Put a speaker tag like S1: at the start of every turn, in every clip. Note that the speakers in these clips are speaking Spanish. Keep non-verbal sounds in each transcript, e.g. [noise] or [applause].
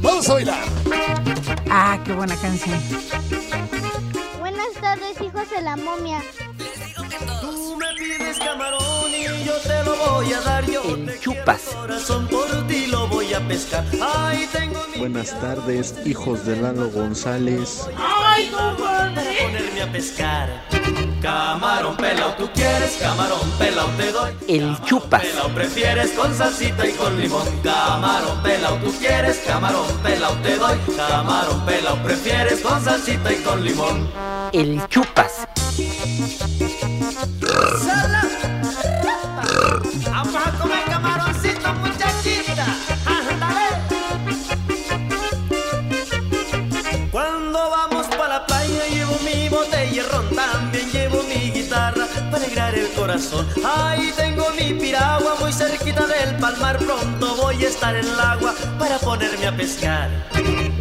S1: Vamos a bailar.
S2: Ah, qué buena canción.
S3: Buenas tardes, hijos de la momia.
S4: Les digo que todos.
S5: Tú me pides camarón y yo te lo voy a dar yo.
S2: En
S5: te
S2: chupas.
S5: quiero, corazón por ti lo voy a pescar. Ahí tengo mi
S6: Buenas tardes, hijos de Lalo González.
S2: ¿eh?
S5: ponerme a pescar. Camarón pelao, tú quieres camarón pelao, te doy.
S2: El chupas.
S5: Pelao prefieres con salsita y con limón. Camarón pelao, tú quieres camarón pelao, te doy. Camarón pelao prefieres con salsita y con limón.
S2: El chupas.
S5: Vamos a comer camaroncito, muchachita. Ándale. Cuando vamos pa' la playa llevo mi botellón, también llevo mi guitarra para alegrar el corazón. Ahí tengo mi piragua muy cerquita del palmar, pronto voy a estar en el agua para ponerme a pescar.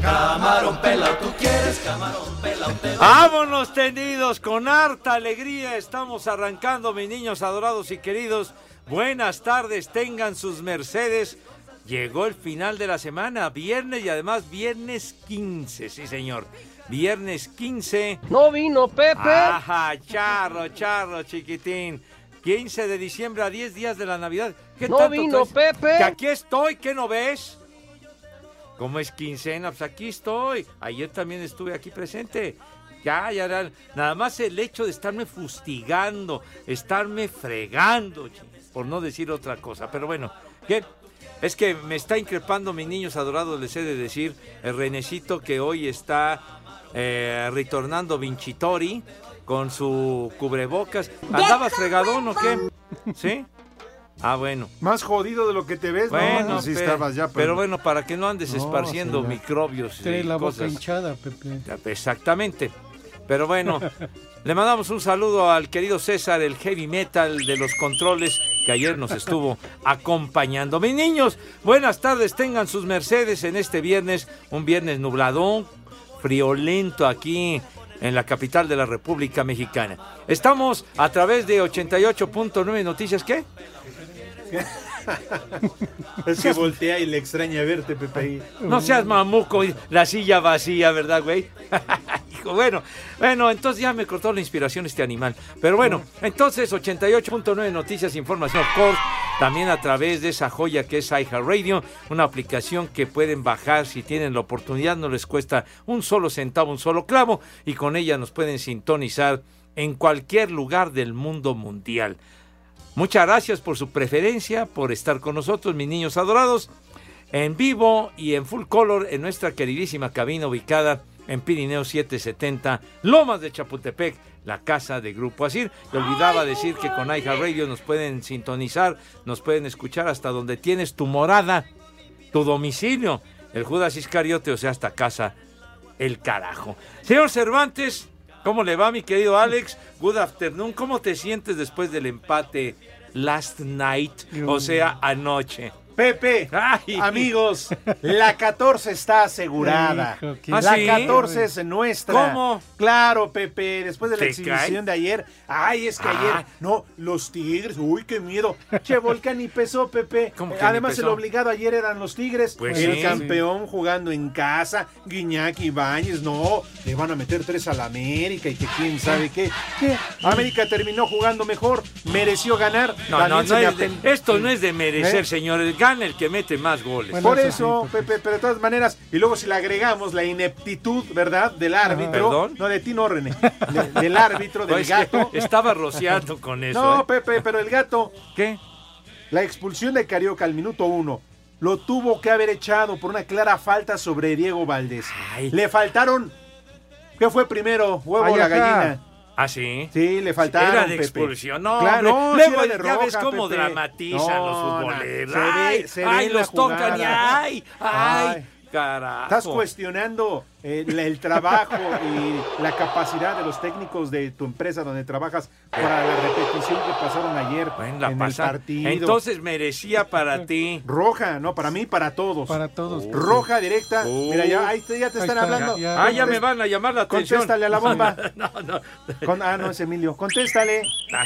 S5: Camarón pelao, tú quieres camarón pelao, te doy.
S7: Vámonos tendidos, con harta alegría estamos arrancando, mis niños adorados y queridos. Buenas tardes, tengan sus mercedes. Llegó el final de la semana, viernes y además viernes 15, sí señor. Viernes 15.
S8: No vino Pepe.
S7: Ajá, charro, charro, chiquitín. 15 de diciembre a 10 días de la Navidad. ¿Qué
S8: No
S7: tanto
S8: vino
S7: traes?
S8: Pepe.
S7: Que aquí estoy, ¿qué no ves? ¿Cómo es quincena? Pues aquí estoy. Ayer también estuve aquí presente. Ya, ya, ya. Nada más el hecho de estarme fustigando, estarme fregando, chi- por no decir otra cosa. Pero bueno, ¿qué? Es que me está increpando, mis niños adorados, les he de decir, el Renecito que hoy está eh, retornando Vincitori con su cubrebocas. ¿Andabas fregadón o qué? ¿Sí? Ah, bueno.
S9: Más jodido de lo que te ves,
S7: Bueno,
S9: no, si
S7: pe-
S9: estabas ya.
S7: pero bueno, para que no andes
S9: No,
S7: esparciendo
S9: señor.
S7: microbios
S8: Trae
S7: y
S8: la boca
S7: cosas.
S8: hinchada, Pepe.
S7: Exactamente. Pero
S8: [laughs]
S7: bueno, le mandamos un saludo al querido César, el heavy metal de los controles, que ayer nos
S8: [laughs]
S7: estuvo acompañando. Mis niños, buenas tardes, tengan sus mercedes en este viernes, un viernes nubladón, friolento aquí en la capital de la República Mexicana. Estamos a través de 88.9 Noticias, ¿qué?
S9: es que voltea y le extraña verte, Pepe.
S7: No seas mamuco, y la silla vacía, ¿verdad, güey? [laughs] Hijo, bueno, bueno, entonces ya me cortó la inspiración este animal. Pero bueno, entonces 88.9 Noticias, información Corp, también a través de esa joya que es iHeartRadio, una aplicación que pueden bajar si tienen la oportunidad, no les cuesta un solo centavo, un solo clavo, y con ella nos pueden sintonizar en cualquier lugar del mundo mundial. Muchas gracias por su preferencia, por estar con nosotros, mis niños adorados en vivo y en full color en nuestra queridísima cabina ubicada en Pirineo 770, Lomas de Chapultepec, la casa de Grupo Asir. Te olvidaba decir que con Aija Radio nos pueden sintonizar, nos pueden escuchar hasta donde tienes tu morada, tu domicilio, el Judas Iscariote, o sea, hasta casa, el carajo. Señor Cervantes, ¿cómo le va mi querido Alex? Good afternoon, ¿cómo te sientes después del empate last night,
S9: Mm.
S7: o sea, anoche?
S9: [laughs] Pepe,
S7: Ay.
S9: amigos, la 14 está asegurada.
S8: Hijo, qué-
S7: ¿Ah,
S9: La
S7: sí?
S9: 14 es nuestra.
S7: ¿Cómo?
S9: Claro, Pepe, después de la
S7: ¿Te
S9: exhibición
S7: cae?
S9: de ayer. Ay, es que
S7: Ah.
S9: ayer, no, los Tigres, uy, qué miedo. Che, Volcán y pesó, Pepe.
S7: [laughs] ¿Cómo que ni
S9: Además, el
S7: pesó?
S9: obligado ayer eran los Tigres.
S7: Pues
S9: el
S7: sí.
S9: campeón jugando en casa, Guiñac y Bañez, no, le van a meter tres a la América y que quién sabe qué. ¿Qué? América terminó jugando mejor, mereció ganar.
S7: No, no,
S9: También se
S7: no
S9: me
S7: es de-
S9: apen-
S7: esto no es de merecer,
S9: ¿Eh?
S7: señores. Gana el que mete más goles.
S8: Bueno,
S9: Por
S8: eso
S9: eso,
S8: sí,
S9: Pepe, pero de todas maneras, y luego si le agregamos la ineptitud, ¿verdad? Del árbitro.
S7: ¿Perdón?
S9: No, de ti no, René. de- del árbitro,
S7: No,
S9: del
S7: es que
S9: gato.
S7: estaba rociando con eso.
S9: No,
S7: ¿eh?
S9: Pepe, pero el gato,
S7: ¿Qué?
S9: la expulsión de Carioca al minuto uno, lo tuvo que haber echado por una clara falta sobre Diego Valdés.
S7: Ay.
S9: Le faltaron. ¿Qué fue primero? ¿Huevo o la
S8: Ayaca.
S9: gallina?
S7: ¿Ah, sí?
S9: Sí, le faltaron.
S7: Era de
S9: Pepe.
S7: expulsión. No,
S9: Claro,
S7: hombre.
S9: no, sí
S7: Luego
S9: era de
S7: ya
S9: roja,
S7: ves cómo
S9: Pepe.
S7: dramatizan
S9: No,
S7: los
S9: no,
S7: futboleros.
S9: se ve-
S7: ay,
S9: se ve
S7: ay,
S9: en la
S7: los tocan y
S9: jugada.
S7: ay, ay.
S9: Ay.
S7: Carajo.
S9: Estás cuestionando eh, la- el trabajo y la capacidad de los técnicos de tu empresa donde trabajas para la repetición que pasaron ayer
S7: Bueno, la
S9: en
S7: pasa-
S9: el partido.
S7: Entonces
S9: [laughs]
S7: merecía para ti.
S9: roja, no, para mí, para todos.
S1: Para todos.
S9: Roja directa.
S7: Oh.
S9: Mira, ya, ahí te- ya te
S1: Ahí
S9: están
S1: está,
S9: hablando.
S1: ya.
S7: Ah, ya me van a llamar la atención.
S9: Contéstale a la
S7: [laughs]
S9: bomba.
S7: no, no. Ah.
S9: Con- ah, no, es Emilio. Contéstale.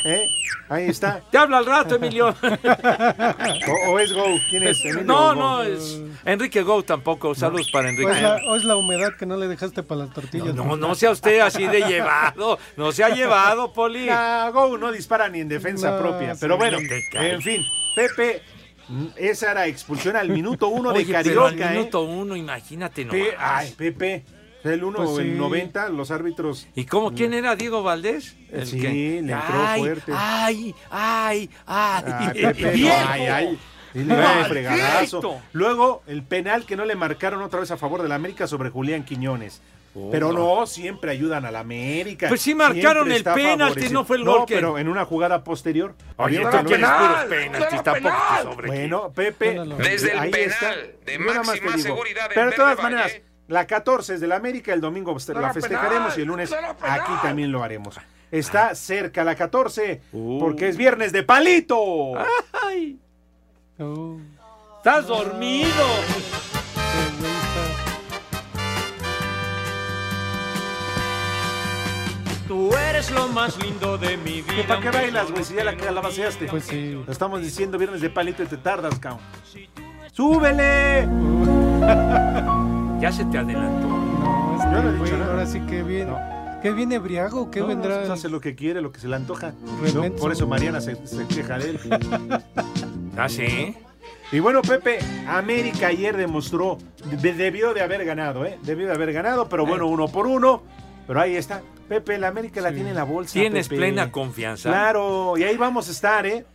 S9: ¿Eh? Ahí está. Oh,
S7: Te habla al
S9: [laughs]
S7: rato, Emilio.
S9: O, o es Go. eh, ¿Quién es? Emilio
S7: no,
S9: o Go?
S7: no, es Enrique Go tampoco. Saludos para
S1: O
S7: Enrique.
S1: es, Pues la, o es la humedad que no le dejaste para las tortillas.
S7: No, no sea usted así de
S1: [laughs]
S7: llevado. No se ha llevado, Poli.
S9: Ah, Go no dispara ni en defensa
S1: No,
S9: propia.
S1: sí,
S9: Pero bueno,
S7: no te cae.
S9: en fin. Pepe, mm, esa era expulsión al minuto uno de
S7: Oye, pero al
S9: Carioca, ¿eh?
S7: minuto uno, imagínate nomás.
S9: Pe- ay, Pepe. El 1
S1: Pues sí.
S9: el 90, los árbitros.
S7: ¿Y cómo quién era Diego Valdés?
S9: Sí, le entró
S7: ay,
S9: fuerte.
S7: Ay, ay, ay.
S9: Ah,
S7: [laughs]
S9: Pepe, no,
S7: ¡Viejo!
S9: ay, ay. Y le
S7: ¡Maldito!
S9: da de fregadazo. Luego, el penal que no le marcaron otra vez a favor de la América sobre Julián Quiñones.
S7: Oh.
S9: pero no, siempre ayudan a la América.
S7: Pues sí
S9: Siempre
S7: marcaron el
S9: está
S7: penalti,
S9: favorecido.
S7: no fue el gol que-
S9: pero en una jugada posterior.
S7: Oye,
S9: había
S7: tú
S9: otro
S7: quieres
S9: penal.
S7: puros penaltis, tampoco te sobre-
S9: Bueno, Pepe.
S1: No, no, no.
S8: Desde el
S9: ahí
S8: penal,
S9: está.
S8: de
S9: Yo nada más
S8: máxima
S9: te digo.
S8: seguridad en
S9: Pero de todas
S8: Verde Valle.
S9: maneras, la 14 es de la América, el domingo
S8: No
S9: la
S8: era
S9: festejaremos
S8: penal,
S9: y el lunes
S8: no era penal.
S9: aquí también lo haremos. Está cerca la 14
S7: Uh.
S9: porque es viernes de palito.
S7: Ay,
S1: Oh,
S7: estás dormido.
S1: qué güey está.
S5: Tú eres lo más lindo de mi vida.
S9: ¿Y ¿Para qué bailas, güey? Si ya la calabaceaste.
S1: Pues sí.
S9: Lo estamos diciendo viernes de palito y te tardas, cabrón. ¡Súbele!
S7: Ya se te adelantó.
S1: No, este
S9: Yo no he
S1: güey,
S9: dicho nada.
S1: ahora sí que bien. Qué bien ebriago, qué
S9: No,
S1: vendrá.
S9: pues hace lo que quiere, lo que se le antoja.
S1: Remenso.
S9: No, Por eso Mariana se, se queja de él.
S7: [laughs] ¿Ah, sí?
S9: Y bueno, Pepe, América ayer demostró, de- debió de haber ganado, ¿eh? Debió de haber ganado, pero bueno, uno por uno. Pero ahí está. Pepe, la América la
S1: Sí.
S9: tiene en la bolsa.
S7: Tienes
S9: Pepe.
S7: plena confianza.
S9: Claro, y ahí vamos a estar, ¿eh?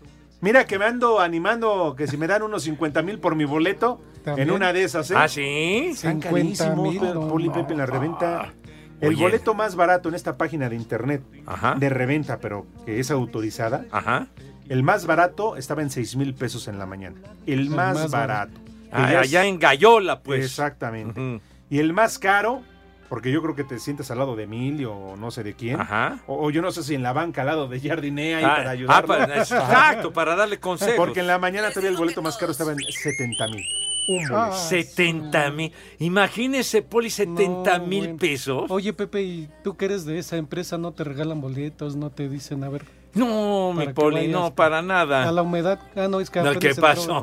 S9: Mira que me ando animando que si me dan unos 50 mil por mi boleto,
S1: También.
S9: en una de esas, ¿eh?
S7: ¿Ah, sí? Ah,
S9: Están
S1: 50
S9: carísimos,
S1: mil,
S9: Pe-
S1: no,
S9: Poli
S1: no.
S9: Pepe en la reventa. El
S7: Oye.
S9: boleto más barato en esta página de internet
S7: Ajá.
S9: de reventa, pero que es autorizada,
S7: Ajá.
S9: el más barato estaba en 6 mil pesos en la mañana. El, más,
S1: más
S9: barato.
S1: barato.
S9: Que ya
S7: Ay,
S9: es-
S7: Ah, allá en Gallola, pues.
S9: Exactamente.
S7: Ujú.
S9: Y el más caro, porque yo creo que te sientas al lado de Emilio o no sé de quién.
S7: Ajá.
S9: O, o yo no sé si en la banca al lado de Jardine ahí para
S7: Ah,
S9: ayudar. [laughs]
S7: ah, para- exacto, para darle consejos.
S9: Porque en la mañana todavía el boleto más caro estaba en 70 mil. Un boleto.
S1: Ah,
S7: 70 mil. Imagínese, Poli, 70
S1: No,
S7: mil
S1: Oh, bueno.
S7: pesos.
S1: Oye, Pepe, ¿y tú que eres de esa empresa no te regalan boletos, no te dicen, a ver,
S7: No, mi
S1: Para que
S7: Poli,
S1: vayas.
S7: no, para
S1: a la
S7: nada.
S1: humedad? Ah, no, es que
S7: No,
S1: apenas
S7: ¿Qué
S1: entró.
S7: pasó?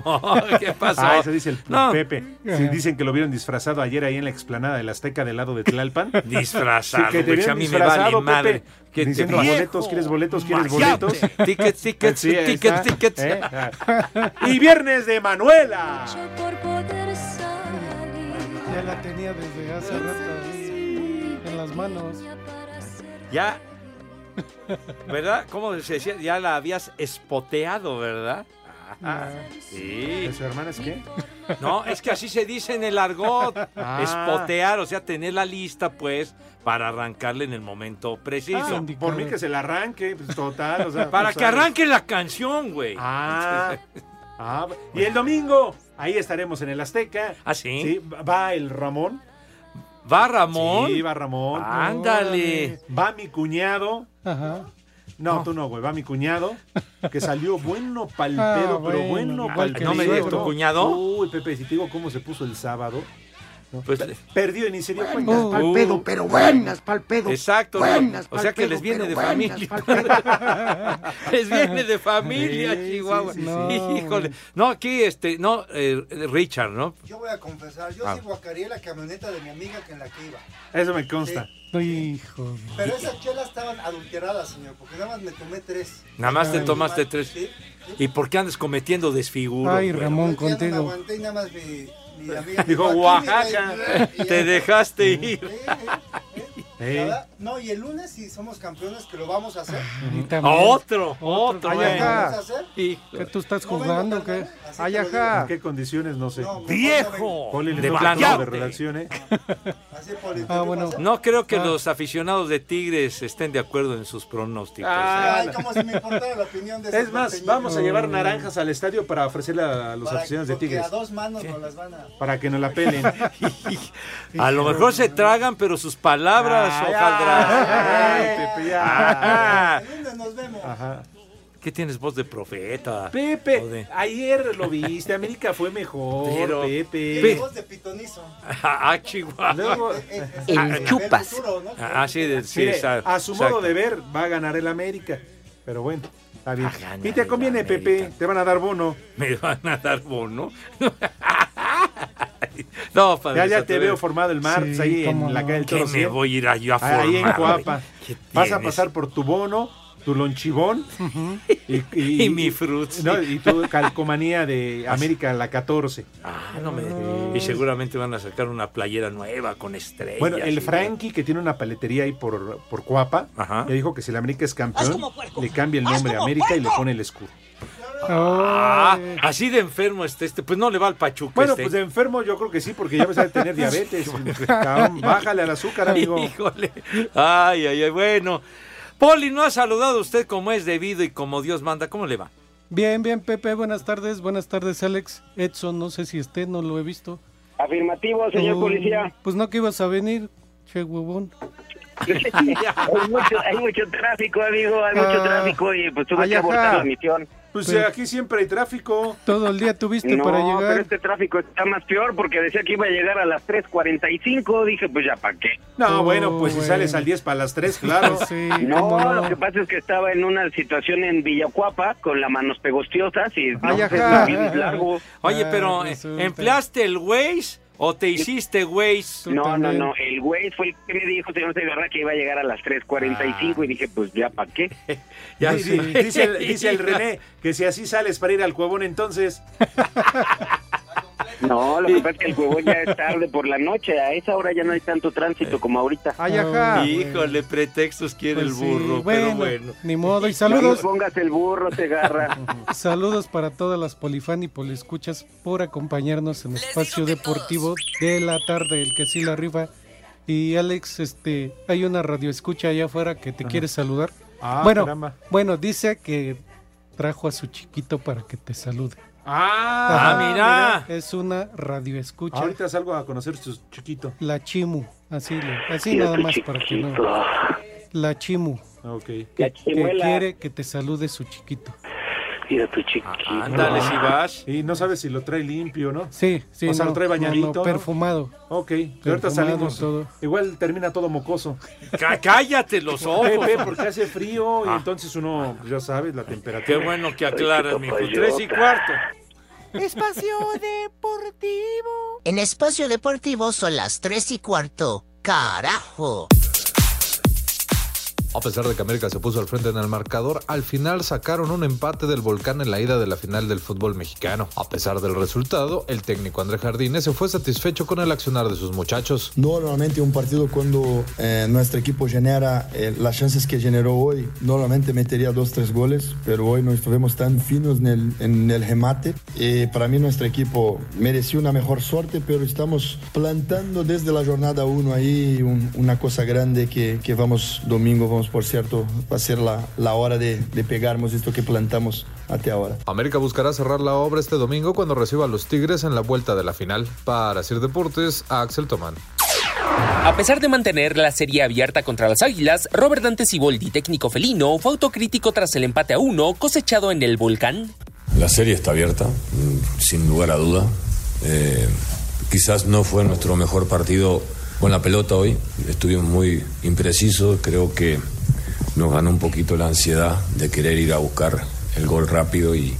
S7: ¿Qué pasó? [laughs]
S9: Ah, ese dice el
S7: No,
S9: Pepe. Si dicen que lo vieron disfrazado ayer ahí en la explanada del Azteca del lado de Tlalpan.
S7: [laughs] Disfrazado,
S9: Sí, que te
S7: güey,
S9: vieron
S7: a mí me
S9: disfrazado,
S7: vale
S9: Pepe.
S7: madre. Que te-
S9: Diciendo,
S7: ¡Viejo!
S9: boletos, ¿quieres boletos? ¿Quieres
S7: Imagínate.
S9: boletos?
S7: Tickets, tickets,
S9: Sí, ahí
S7: tickets,
S9: está,
S7: tickets.
S9: ¿eh? Ah. Y viernes de Manuela.
S4: por poder salir.
S1: Ya la tenía desde hace rato en las manos.
S7: Ya. ¿Verdad? ¿Cómo se decía? Ya la habías espoteado, ¿verdad? Ah, sí.
S9: ¿Su hermana es qué?
S7: No, es que así se dice en el argot.
S9: Ah.
S7: Espotear, o sea, tener la lista, pues, para arrancarle en el momento
S9: Ah,
S7: preciso.
S9: por mí que se la arranque, pues, total. o sea,
S7: para
S9: pues,
S7: que
S9: sabes.
S7: arranque la canción, güey. [laughs]
S9: Ah, ah, y el domingo, ahí estaremos en el Azteca.
S7: ¿Ah, sí?
S9: va el Ramón.
S7: ¿Va Ramón?
S9: Sí, va Ramón.
S7: Ándale.
S9: Va mi cuñado.
S1: Ajá.
S9: No, tú no, güey. Va mi cuñado, que salió bueno pal
S1: [laughs] Ah,
S9: pedo, pero
S1: bueno,
S9: bueno
S1: igual
S9: pal
S1: que
S7: ¿No
S1: mi
S7: me digas
S1: suegro.
S7: tu cuñado?
S9: Uy, Pepe, si te digo cómo se puso el sábado.
S7: Pues,
S9: Perdió y ni se dio cuenta.
S1: Uh,
S7: uh,
S2: pero buenas, pal pedo.
S7: Exacto.
S2: Buenas,
S7: o sea que
S2: pal
S7: les
S2: pedo,
S7: viene
S2: pero
S7: de
S2: buenas,
S7: familia. [laughs]
S2: pal
S7: les viene de familia,
S9: Sí, sí,
S7: Chihuahua.
S9: sí,
S1: sí.
S7: No,
S1: No,
S7: [laughs] Híjole.
S1: güey.
S7: No, aquí este, no, eh, Richard, ¿no?
S10: Yo voy a confesar, yo
S7: Ah.
S10: sí guacareé la camioneta de mi amiga que en la que iba.
S9: Eso me consta.
S1: Hijo.
S10: Pero esas chelas estaban adulteradas, señor, porque nada más me tomé tres.
S7: Nada más te
S1: Ay.
S7: tomaste tres.
S10: Sí, sí.
S7: ¿Y por qué andas cometiendo desfiguro?
S1: Ay,
S7: güey?
S1: Ramón.
S10: Pues ya no me
S1: contigo.
S10: aguanté y nada más mi, mi amiga
S9: Dijo,
S10: "Aquí, mira", y-
S9: Oaxaca.
S10: y- y-
S7: Te dejaste
S10: Sí,
S7: ir.
S10: sí, sí.
S9: Eh.
S10: Nada, No, y el lunes si somos campeones que lo vamos a hacer.
S1: Y también-
S7: Otro, otro.
S9: Ay,
S7: bueno.
S9: ajá.
S10: ¿Lo vamos a hacer?
S7: Y-
S1: ¿Qué tú estás
S10: No vengo
S1: jugando o
S10: tan
S1: qué?
S10: mal, así te
S9: Ay,
S10: lo
S9: ajá. ¿En
S10: digo.
S9: qué condiciones? No sé.
S10: No, mejor no vengo.
S7: ¡Viejo!
S9: Cole le
S7: De
S9: toca todo de
S7: blanquearte.
S9: redacción, ¿eh?
S10: Así por el-
S1: Ah, bueno.
S10: ¿qué pasa?
S7: No creo que
S1: Ah.
S7: los aficionados de Tigres estén de acuerdo en sus pronósticos.
S9: Ah,
S10: Ay, como si me importara la opinión de
S9: Es
S10: esos
S9: más,
S10: norteños.
S9: vamos a llevar naranjas al estadio para ofrecerle a los
S10: Para-
S9: aficionados de
S10: porque
S9: Tigres.
S10: a dos manos nos las van a...
S9: Para que no la
S7: [laughs]
S9: pelen.
S7: A lo mejor se tragan, pero sus palabras,
S9: Ay,
S7: hojaldra.
S9: ay, Pepe, ya.
S7: Ah,
S10: El lunes nos vemos.
S9: Ajá.
S7: ¿Qué tienes voz de profeta?
S9: Pepe,
S7: Joder.
S9: ayer lo viste, América fue mejor,
S7: Pero-
S9: Oh, Pepe.
S10: Tiene voz de pitonizo.
S7: [laughs] Ah, Chihuahua.
S9: Luego,
S10: Eh, eh,
S2: En
S10: eh, ve
S2: chupas.
S10: futuro, ¿no?
S7: Ah, sí, de- sí,
S9: mire,
S7: exacto,
S9: a su
S7: exacto.
S9: modo de ver, va a ganar el América. Pero bueno, está bien.
S7: Va a ganar
S9: Y te
S7: el
S9: conviene,
S7: América.
S9: Pepe, te van a dar bono.
S7: Me van a dar bono. [laughs] no, padre.
S9: Ya, ya
S7: santo,
S9: te veo formado el martes
S1: Sí,
S9: ahí
S1: cómo
S9: en la
S1: no.
S9: calle del
S7: ¿Qué
S9: Toro.
S7: me
S9: Ciego.
S7: voy a ir a- yo a formar?
S9: Ahí en Coapa.
S7: ¿Qué
S9: Vas a
S7: tienes?
S9: pasar por tu bono, tu lonchibón y,
S7: [laughs] Y mi fruits.
S9: no, y tu calcomanía
S7: [laughs]
S9: de América la 14.
S7: Ah, no me... Y seguramente van a sacar una playera nueva con estrellas.
S9: Bueno,
S7: y-
S9: el Frankie que tiene una paletería ahí por, por Coapa,
S7: Ajá.
S9: ya dijo que si el América es campeón, le cambia el nombre a América y le pone el escudo.
S7: Ah,
S1: Ay.
S7: así de enfermo está este. Pues no le va al Pachuca
S9: Bueno,
S7: este.
S9: pues de enfermo yo creo que sí, porque ya vas a
S1: [laughs]
S7: [laughs]
S9: tener diabetes. Cabrón, bájale al azúcar, amigo.
S7: Híjole. Ay, ay, ay. Bueno. Poli, no ha saludado usted como es debido y como Dios manda. ¿Cómo le va?
S1: Bien, bien, Pepe, buenas tardes, buenas tardes, Alex. Edson, no sé si esté, no lo he visto.
S8: Afirmativo, señor
S7: Oh.
S1: Uh,
S7: [laughs]
S8: policía.
S1: Pues no que ibas a venir, che huevón.
S8: hay, mucho, hay mucho tráfico, amigo, hay mucho
S1: Ah,
S8: tráfico y pues tuve
S9: ay,
S8: que abortar
S9: ajá.
S8: la misión.
S9: Pues
S1: Pero-
S9: aquí siempre hay tráfico.
S1: Todo el día tuviste
S8: No,
S1: para
S8: pero
S1: llegar.
S8: este tráfico está más peor porque decía que iba a llegar a las 3.45. Dije, pues ya para qué.
S9: No,
S1: Oh,
S9: bueno, pues si
S1: bueno.
S9: sales al 10 para las 3, claro.
S1: [laughs] Sí,
S8: No,
S1: cómo no.
S8: lo que pasa es que estaba en una situación en Villacuapa con las manos pegostiosas y no,
S1: Ay,
S8: pues,
S1: ajá.
S8: es bien largo.
S7: Oye,
S1: Ah,
S7: pero eh,
S1: resulta.
S7: ¿empleaste el Waze o te hiciste Waze?
S1: Tú
S8: No, no,
S1: también.
S8: no. El güey fue el que me dijo, señor de verdad, que iba a llegar a las 3.45 y dije, pues ya para
S1: [laughs]
S8: qué.
S7: Ya
S9: Dice-
S7: sí.
S9: Pues, dice, el, dice el René que si así sales para ir al cuevón, entonces.
S8: No, lo que pasa es que el huevón ya es tarde por la noche. A esa hora ya no hay tanto tránsito como ahorita.
S9: Ay, ajá.
S7: Híjole, pretextos quiere
S1: Pues
S7: el
S1: sí,
S7: burro, pero bueno.
S1: Ni modo, y
S8: No
S1: saludos,
S8: te pongas el burro, te agarra.
S1: saludos para todas las polifan y poliescuchas por acompañarnos en Espacio Deportivo de la tarde, el que sí la rifa. Y Alex, este, hay una radioescucha allá afuera que te quiere saludar.
S9: Ah,
S1: bueno,
S9: caramba.
S1: bueno, dice que trajo a su chiquito para que te salude.
S9: Ah,
S7: Ah,
S1: Ajá,
S7: mira.
S1: Es una radioescucha,
S9: Ahorita salgo a conocer su chiquito.
S1: la Chimu, así, le- así
S8: Mira
S1: nada
S8: tu
S1: más para que no.
S8: chiquito.
S1: La Chimu,
S9: Ah, Ok.
S8: La
S1: que
S8: chimuela.
S1: quiere que te salude su chiquito.
S8: Mira tu chiquito.
S7: Ah, Ándale, si vas.
S9: Y no sabes si lo trae limpio, ¿no?
S1: Sí, sí,
S9: O sea, lo
S1: no,
S9: trae
S1: no, no,
S9: bañadito, ¿no?
S1: perfumado.
S9: Ok, ahorita
S1: Perfumado,
S9: salimos.
S1: todo.
S9: Igual termina todo mocoso.
S7: Cá- Cállate los ojos. Ah.
S9: Pepe, porque hace frío y entonces uno, ya sabes, la temperatura.
S7: Qué bueno que aclaras, mi
S8: papayota.
S7: Tres y cuarto.
S11: En espacio deportivo son las 3 y cuarto. ¡Carajo!
S12: A pesar de que América se puso al frente en el marcador, al final sacaron un empate del volcán en la ida de la final del fútbol mexicano. A pesar del resultado, el técnico André Jardines se fue satisfecho con el accionar de sus muchachos.
S13: Normalmente un partido cuando eh, nuestro equipo genera eh, las chances que generó hoy, normalmente metería dos, tres goles, pero hoy no estuvimos tan finos en el, en el remate. Y para mí nuestro equipo mereció una mejor suerte, pero estamos plantando desde la jornada 1 ahí un- una cosa grande que, que vamos domingo, vamos por cierto, va a ser la, la hora de, de pegarmos esto que plantamos hasta ahora.
S12: América buscará cerrar la obra este domingo cuando reciba a los Tigres en la vuelta de la final. Para Sir Deportes, Axel Tomán.
S14: A pesar de mantener la serie abierta contra las Águilas, Robert Dante Siboldi, técnico felino, fue autocrítico tras el empate a uno cosechado en el Volcán.
S15: La serie está abierta, mm, sin lugar a duda. Eh, quizás no fue nuestro mejor partido con la pelota hoy. Estuvimos muy imprecisos. Creo que nos ganó un poquito la ansiedad de querer ir a buscar el gol rápido y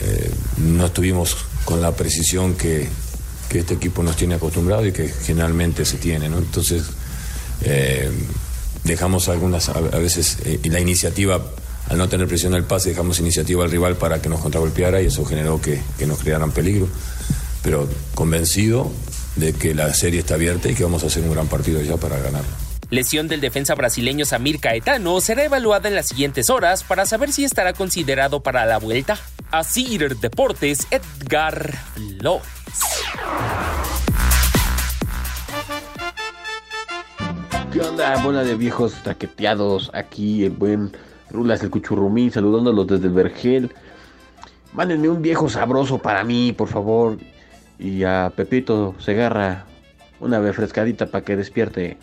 S15: eh, no estuvimos con la precisión que, que este equipo nos tiene acostumbrado y que generalmente se tiene. ¿no? Entonces, eh, dejamos algunas, a, a veces, eh, la iniciativa, al no tener presión al pase, dejamos iniciativa al rival para que nos contragolpeara y eso generó que, que nos crearan peligro. Pero convencido de que la serie está abierta y que vamos a hacer un gran partido ya para ganar.
S14: Lesión del defensa brasileño Samir Caetano será evaluada en las siguientes horas para saber si estará considerado para la vuelta. Así Deportes, Edgar Flores.
S16: ¿Qué onda, bola de viejos taqueteados? Aquí el buen Rulas el Cuchurrumín saludándolos desde el Vergel. Mándenme un viejo sabroso para mí, por favor. Y a Pepito
S2: [laughs]
S16: Segarra una refrescadita para que despierte.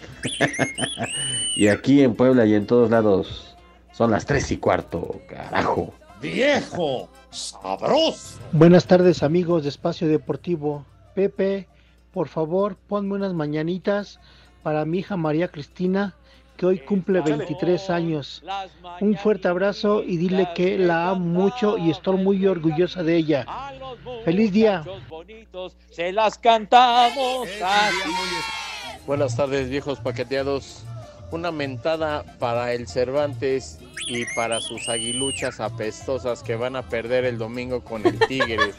S16: y aquí en Puebla y en todos lados son las tres y cuarto, carajo.
S5: viejo, sabroso.
S17: Buenas tardes amigos de Espacio Deportivo. Pepe, por favor, ponme unas mañanitas para mi hija María Cristina, que hoy cumple 23 años. Un fuerte abrazo y dile que la amo mucho y estoy muy orgullosa de ella. Feliz día.
S18: Se las cantamos así.
S19: Buenas tardes, viejos paqueteados. Una mentada para el Cervantes y para sus aguiluchas apestosas que van a perder el domingo con el
S2: [laughs]
S19: Tigre.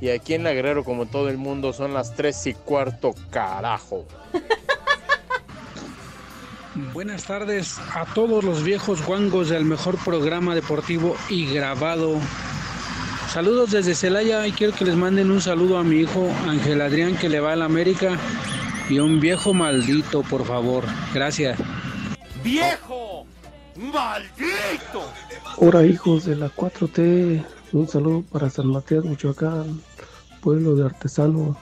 S19: y aquí en La Guerrero, como todo el mundo, son las tres y cuarto, carajo.
S20: Buenas tardes a todos los viejos guangos del mejor programa deportivo y grabado. Saludos desde Celaya y quiero que les manden un saludo a mi hijo Ángel Adrián que le va a la América y un viejo maldito, por favor. Gracias.
S21: ¡Viejo! ¡Maldito!
S22: Hola hijos de la 4T, un saludo para San Matías, Michoacán, pueblo de artesanos.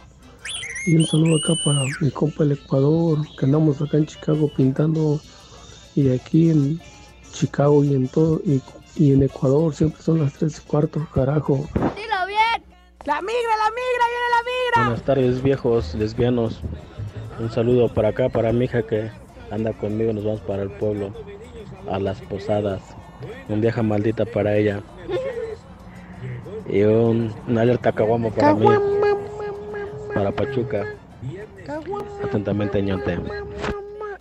S22: Y un saludo acá para mi compa el Ecuador, que andamos acá en Chicago pintando. Y aquí en Chicago y en todo y, y en Ecuador siempre son las 3 y cuarto, carajo.
S6: ¡Dilo bien! ¡La migra, la migra, viene la migra!
S22: Buenas tardes viejos lesbianos. Un saludo para acá, para mi hija que anda conmigo, nos vamos para el pueblo, a las posadas. Un viaje maldita para ella. Y un, una alerta caguama para mí, para Pachuca. Atentamente, ñonte.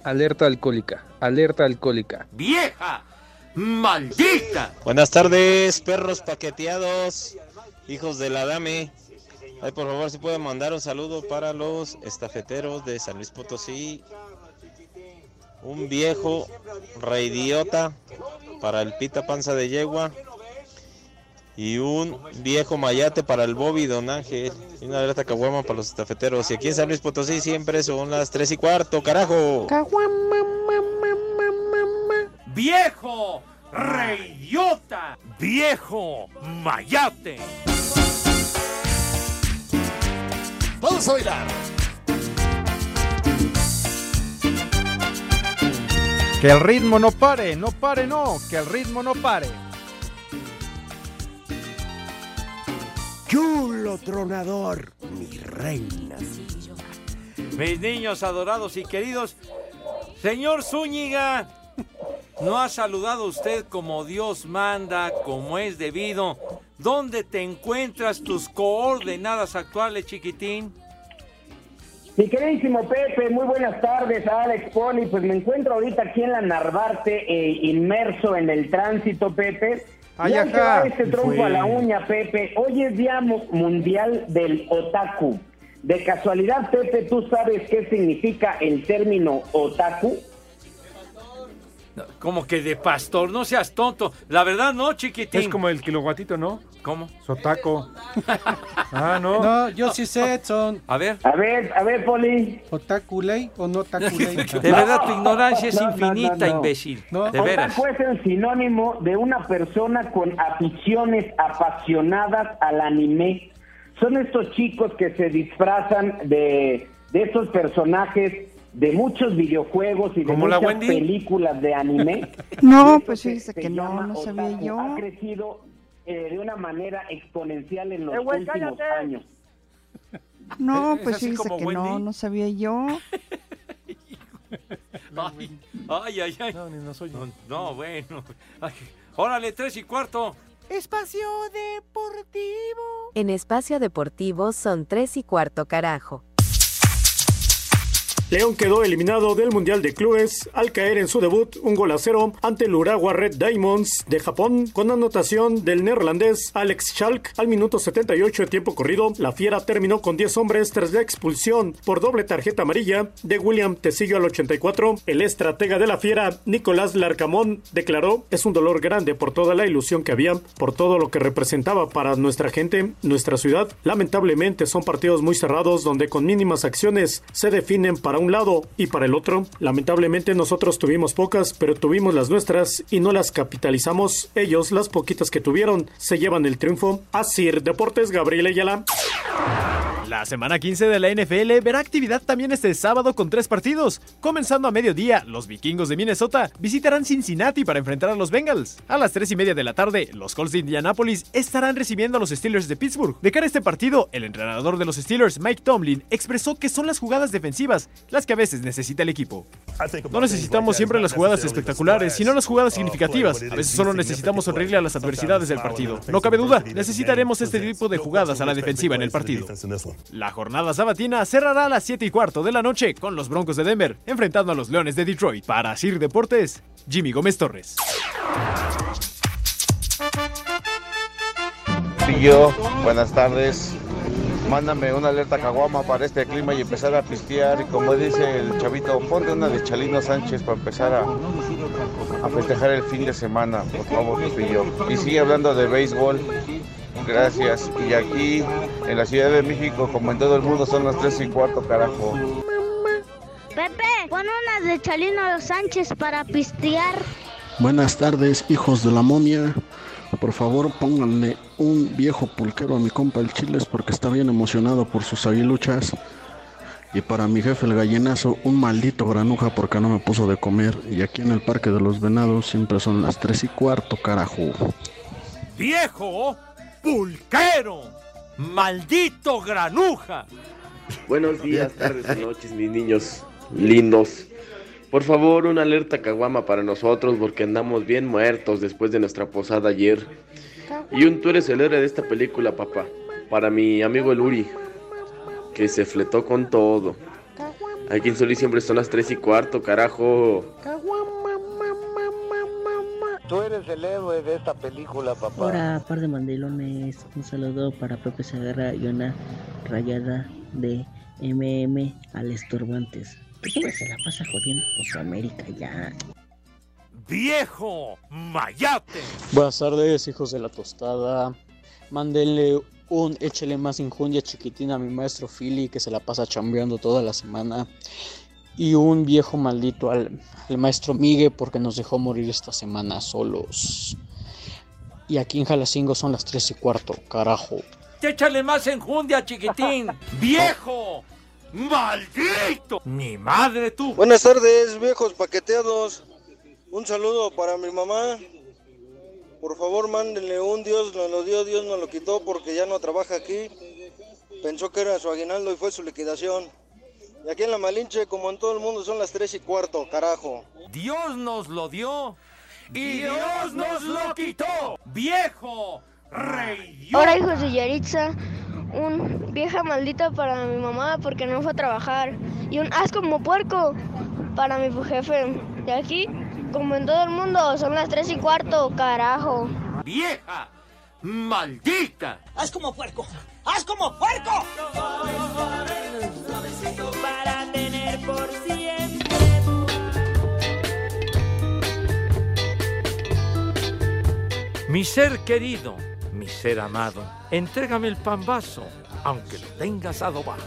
S23: Alerta alcohólica, alerta alcohólica.
S21: ¡Vieja! ¡Maldita!
S24: Buenas tardes, perros paqueteados, hijos de la dame. Ay, por favor, si pueden mandar un saludo para los estafeteros de San Luis Potosí. Un viejo reidiota para el pita panza de yegua. Y un viejo mayate para el Bobby Don Ángel. Y una alerta caguama para los estafeteros. Y aquí en San Luis Potosí siempre son las tres y cuarto, carajo.
S21: ¡Viejo! ¡Reyota! ¡Viejo! ¡Mayate!
S5: Vamos a bailar.
S25: Que el ritmo no pare, no pare, no, que el ritmo no pare.
S26: Chulo tronador, mi reina.
S7: Mis niños adorados y queridos, señor Zúñiga, no ha saludado usted como Dios manda, como es debido. ¿Dónde te encuentras tus coordenadas actuales, chiquitín?
S2: [laughs] Mi queridísimo Pepe, muy buenas tardes, Alex Poli. Pues me encuentro ahorita aquí en la Narvarte, eh, inmerso en el tránsito, Pepe.
S25: Ay,
S2: Y aunque
S25: ajá.
S2: va este tronco
S25: Fue.
S2: a la uña, Pepe. Hoy es Día Mu- Mundial del Otaku. De casualidad, Pepe, ¿tú sabes qué significa el término otaku?
S7: Como que de pastor, no seas tonto. La verdad no, chiquitín.
S9: Es como el kiloguatito, ¿no?
S7: ¿Cómo?
S9: Sotaco. ah, no.
S3: No, yo sí sé, Edson.
S7: A ver.
S2: A ver, a ver, Poli.
S3: ¿Otaku ley o no otaku ley?
S7: De verdad, tu ignorancia es infinita, imbécil.
S3: No.
S7: De veras.
S2: Otaku es el sinónimo de una persona con aficiones apasionadas al anime. Son estos chicos que se disfrazan de, de estos personajes de muchos videojuegos y de
S9: ¿Como la
S2: muchas
S9: Wendy?
S2: películas de anime.
S27: [laughs] No, pues fíjese
S2: Se
S27: que no,
S2: llama
S27: no sabía
S2: otaku.
S27: yo.
S2: Ha crecido eh, de una manera exponencial en los
S27: Eh, güey,
S2: últimos
S27: cállate.
S2: años.
S27: No,
S2: ¿Es
S27: pues
S2: así
S27: fíjese
S2: como
S27: que no,
S2: Wendy?
S27: no sabía yo.
S7: Ay, ay, ay, ay. No, No, bueno. Ay, órale, tres y cuarto.
S28: Espacio Deportivo.
S19: En Espacio Deportivo son 3 y cuarto carajo.
S3: León quedó eliminado del Mundial de Clubes al caer en su debut un gol a cero ante el Urawa Red Diamonds de Japón con anotación del neerlandés Alex Schalk al minuto 78 de tiempo corrido. La Fiera terminó con 10 hombres tras la expulsión por doble tarjeta amarilla de William Tecillo al 84. El estratega de la Fiera, Nicolás Larcamón, declaró es un dolor grande por toda la ilusión que había, por todo lo que representaba para nuestra gente, nuestra ciudad. Lamentablemente son partidos muy cerrados donde con mínimas acciones se definen para un lado y para el otro. Lamentablemente nosotros tuvimos pocas, pero tuvimos las nuestras y no las capitalizamos. Ellos, las poquitas que tuvieron, se llevan el triunfo. Asir Deportes, Gabriel Ayala.
S29: La semana 15 de la NFL verá actividad también este sábado con tres partidos. Comenzando a mediodía, los vikingos de Minnesota visitarán Cincinnati para enfrentar a los Bengals. A las 3 y media de la tarde, los Colts de Indianápolis estarán recibiendo a los Steelers de Pittsburgh. De cara a este partido, el entrenador de los Steelers, Mike Tomlin, expresó que son las jugadas defensivas las que a veces necesita el equipo. No necesitamos siempre las jugadas espectaculares, sino las jugadas significativas. A veces solo necesitamos sonreírle a las adversidades del partido. No cabe duda, necesitaremos este tipo de jugadas a la defensiva en el partido. La jornada sabatina cerrará a las 7 y cuarto de la noche con los Broncos de Denver, enfrentando a los Leones de Detroit. Para Sir Deportes, Jimmy Gómez Torres.
S4: Yo, buenas tardes. Mándame una alerta caguama para este clima y empezar a pistear. Y como dice el chavito, ponte una de Chalino Sánchez para empezar a, a festejar el fin de semana, por favor, Lupillo. Y sigue hablando de béisbol. Gracias. Y aquí, en la Ciudad de México, como en todo el mundo, son las 3 y cuarto, carajo.
S6: Pepe, pon unas de Chalino Sánchez para pistear.
S8: Buenas tardes, hijos de la momia. Por favor, pónganle un viejo pulquero a mi compa el Chiles porque está bien emocionado por sus aguiluchas. Y para mi jefe el gallinazo, un maldito granuja porque no me puso de comer. Y aquí en el Parque de los Venados siempre son las 3 y cuarto, carajo.
S7: ¡Viejo! pulquero, maldito granuja.
S16: Buenos días, tardes y noches, mis niños lindos. Por favor, una alerta caguama para nosotros porque andamos bien muertos después de nuestra posada ayer. Y un tú eres el héroe de esta película, papá. Para mi amigo el Uri, que se fletó con todo. Aquí en Solís siempre son las 3 y cuarto, carajo.
S2: Tú eres el héroe de esta película, papá.
S30: Ahora, par de mandilones, un saludo para Pepe Segarra y una rayada de MM al estorbantes. ¿Tú siempre se la pasa jodiendo por su pues, América ya?
S7: ¡Viejo Mayate!
S31: Buenas tardes, hijos de la tostada. Mándenle un échele más injundia chiquitín a mi maestro Philly que se la pasa chambeando toda la semana y un viejo maldito al, al, maestro Migue porque nos dejó morir esta semana solos. Y aquí en Jalacingo son las 3 y cuarto, carajo.
S7: Échale más enjundia, chiquitín. ¡Viejo! ¡Maldito! ¡Mi madre tú!
S32: Buenas tardes, viejos paqueteados. Un saludo para mi mamá. Por favor, mándenle un Dios, nos lo dio, Dios nos lo quitó porque ya no trabaja aquí. Pensó que era su aguinaldo y fue su liquidación. Y aquí en la Malinche, como en todo el mundo, son las 3 y cuarto, carajo.
S7: Dios nos lo dio y Dios nos lo quitó, viejo rey.
S6: Ahora, hijos de Yaritza, un vieja maldita para mi mamá porque no fue a trabajar. Y un as como puerco para mi jefe. Y aquí, como en todo el mundo, son las 3 y cuarto, carajo.
S7: Vieja maldita.
S33: Haz como puerco, haz como puerco.
S5: Para tener por siempre.
S7: Mi ser querido, mi ser amado, entrégame el pambazo, aunque lo tengas adobado.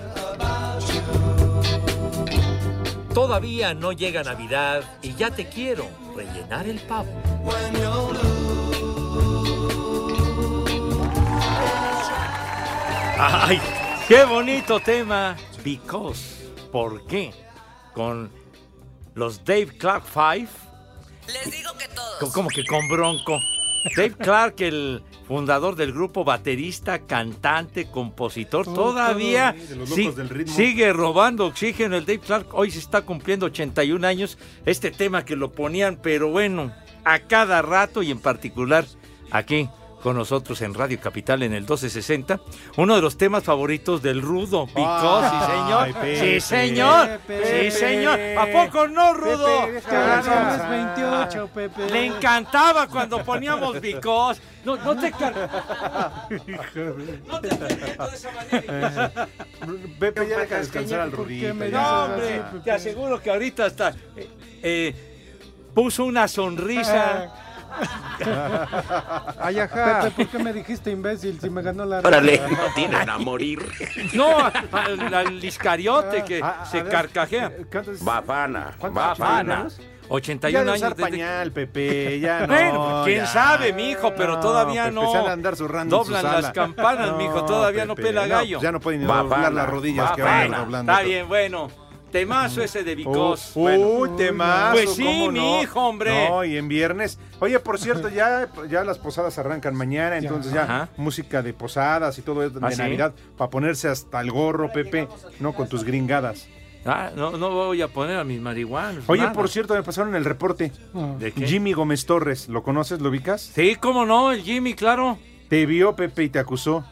S7: Todavía no llega Navidad y ya te quiero rellenar el pavo. ¡Ay! ¡Qué bonito tema! Because, ¿por qué? Con los Dave Clark Five.
S34: Les digo que todos.
S7: co- Como que con bronco. Dave Clark, el fundador del grupo, baterista, cantante, compositor,
S9: Todo,
S7: todavía
S9: todo, de los locos
S7: sí-
S9: del ritmo.
S7: sigue robando oxígeno. El Dave Clark hoy se está cumpliendo 81 años. Este tema que lo ponían, pero bueno, a cada rato y en particular aquí con nosotros en Radio Capital en el 1260. Uno de los temas favoritos del Rudo, Because,
S9: Ay,
S7: sí, señor.
S9: Pepe,
S7: sí, señor.
S9: Oh, Pepe.
S7: sí, señor. ¿A poco no, Rudo?
S9: Pepe, deja de hablar.
S7: Ah, Le encantaba cuando poníamos Because. No, no
S9: [laughs]
S7: te car- No te car- de esa manera.
S9: Pepe, ya deja descansar al Rudito. ya.
S7: No, hombre, te aseguro que ahorita hasta eh, eh, puso una sonrisa.
S1: [laughs] Ay, ajá. Pepe, ¿por qué me dijiste imbécil si me ganó la
S7: [laughs] Órale,
S1: rifa?
S7: tienen a morir. [laughs] No, a- al, al Iscariote que
S1: Ah, ah, a
S7: se
S1: ver,
S7: carcajea.
S9: Bafana.
S7: Bafana.
S9: Ya
S7: 81
S9: de
S7: años
S9: usar
S7: desde-
S9: pañal, Pepe,
S7: [laughs]
S9: ya no.
S7: Bueno, pues, quién
S9: ya.
S7: sabe, mijo, pero
S9: No,
S7: todavía
S9: Pepe,
S7: no.
S9: se han de andar zurrando en su
S7: Doblan
S9: sala.
S7: las campanas,
S9: No,
S7: mijo, todavía no
S9: Pepe,
S7: pela
S9: no,
S7: gallo.
S9: pues ya no pueden ni doblar
S7: Bafana,
S9: las rodillas que van a andar
S7: Bafana.
S9: doblando.
S7: Está bien, bueno. Temazo ese de Vicos.
S9: Uy, uy, temazo,
S7: Pues sí,
S9: ¿cómo no?
S7: mi hijo, hombre.
S9: No, y en viernes. Oye, por cierto, ya, ya las posadas arrancan mañana, entonces ya
S7: Ajá.
S9: música de posadas y todo eso de
S7: ¿Ah, sí?
S9: Navidad para ponerse hasta el gorro, Pepe, no con tus gringadas.
S7: Ah, no, no voy a poner a mis marihuanos.
S9: Oye,
S7: Pues nada. Ah.
S9: por cierto, me pasaron el reporte.
S7: ¿De qué?
S9: Jimmy Gómez Torres, ¿lo conoces? ¿Lo ubicas?
S7: Sí, cómo no, el Jimmy, claro.
S9: Te vio, Pepe, y te acusó.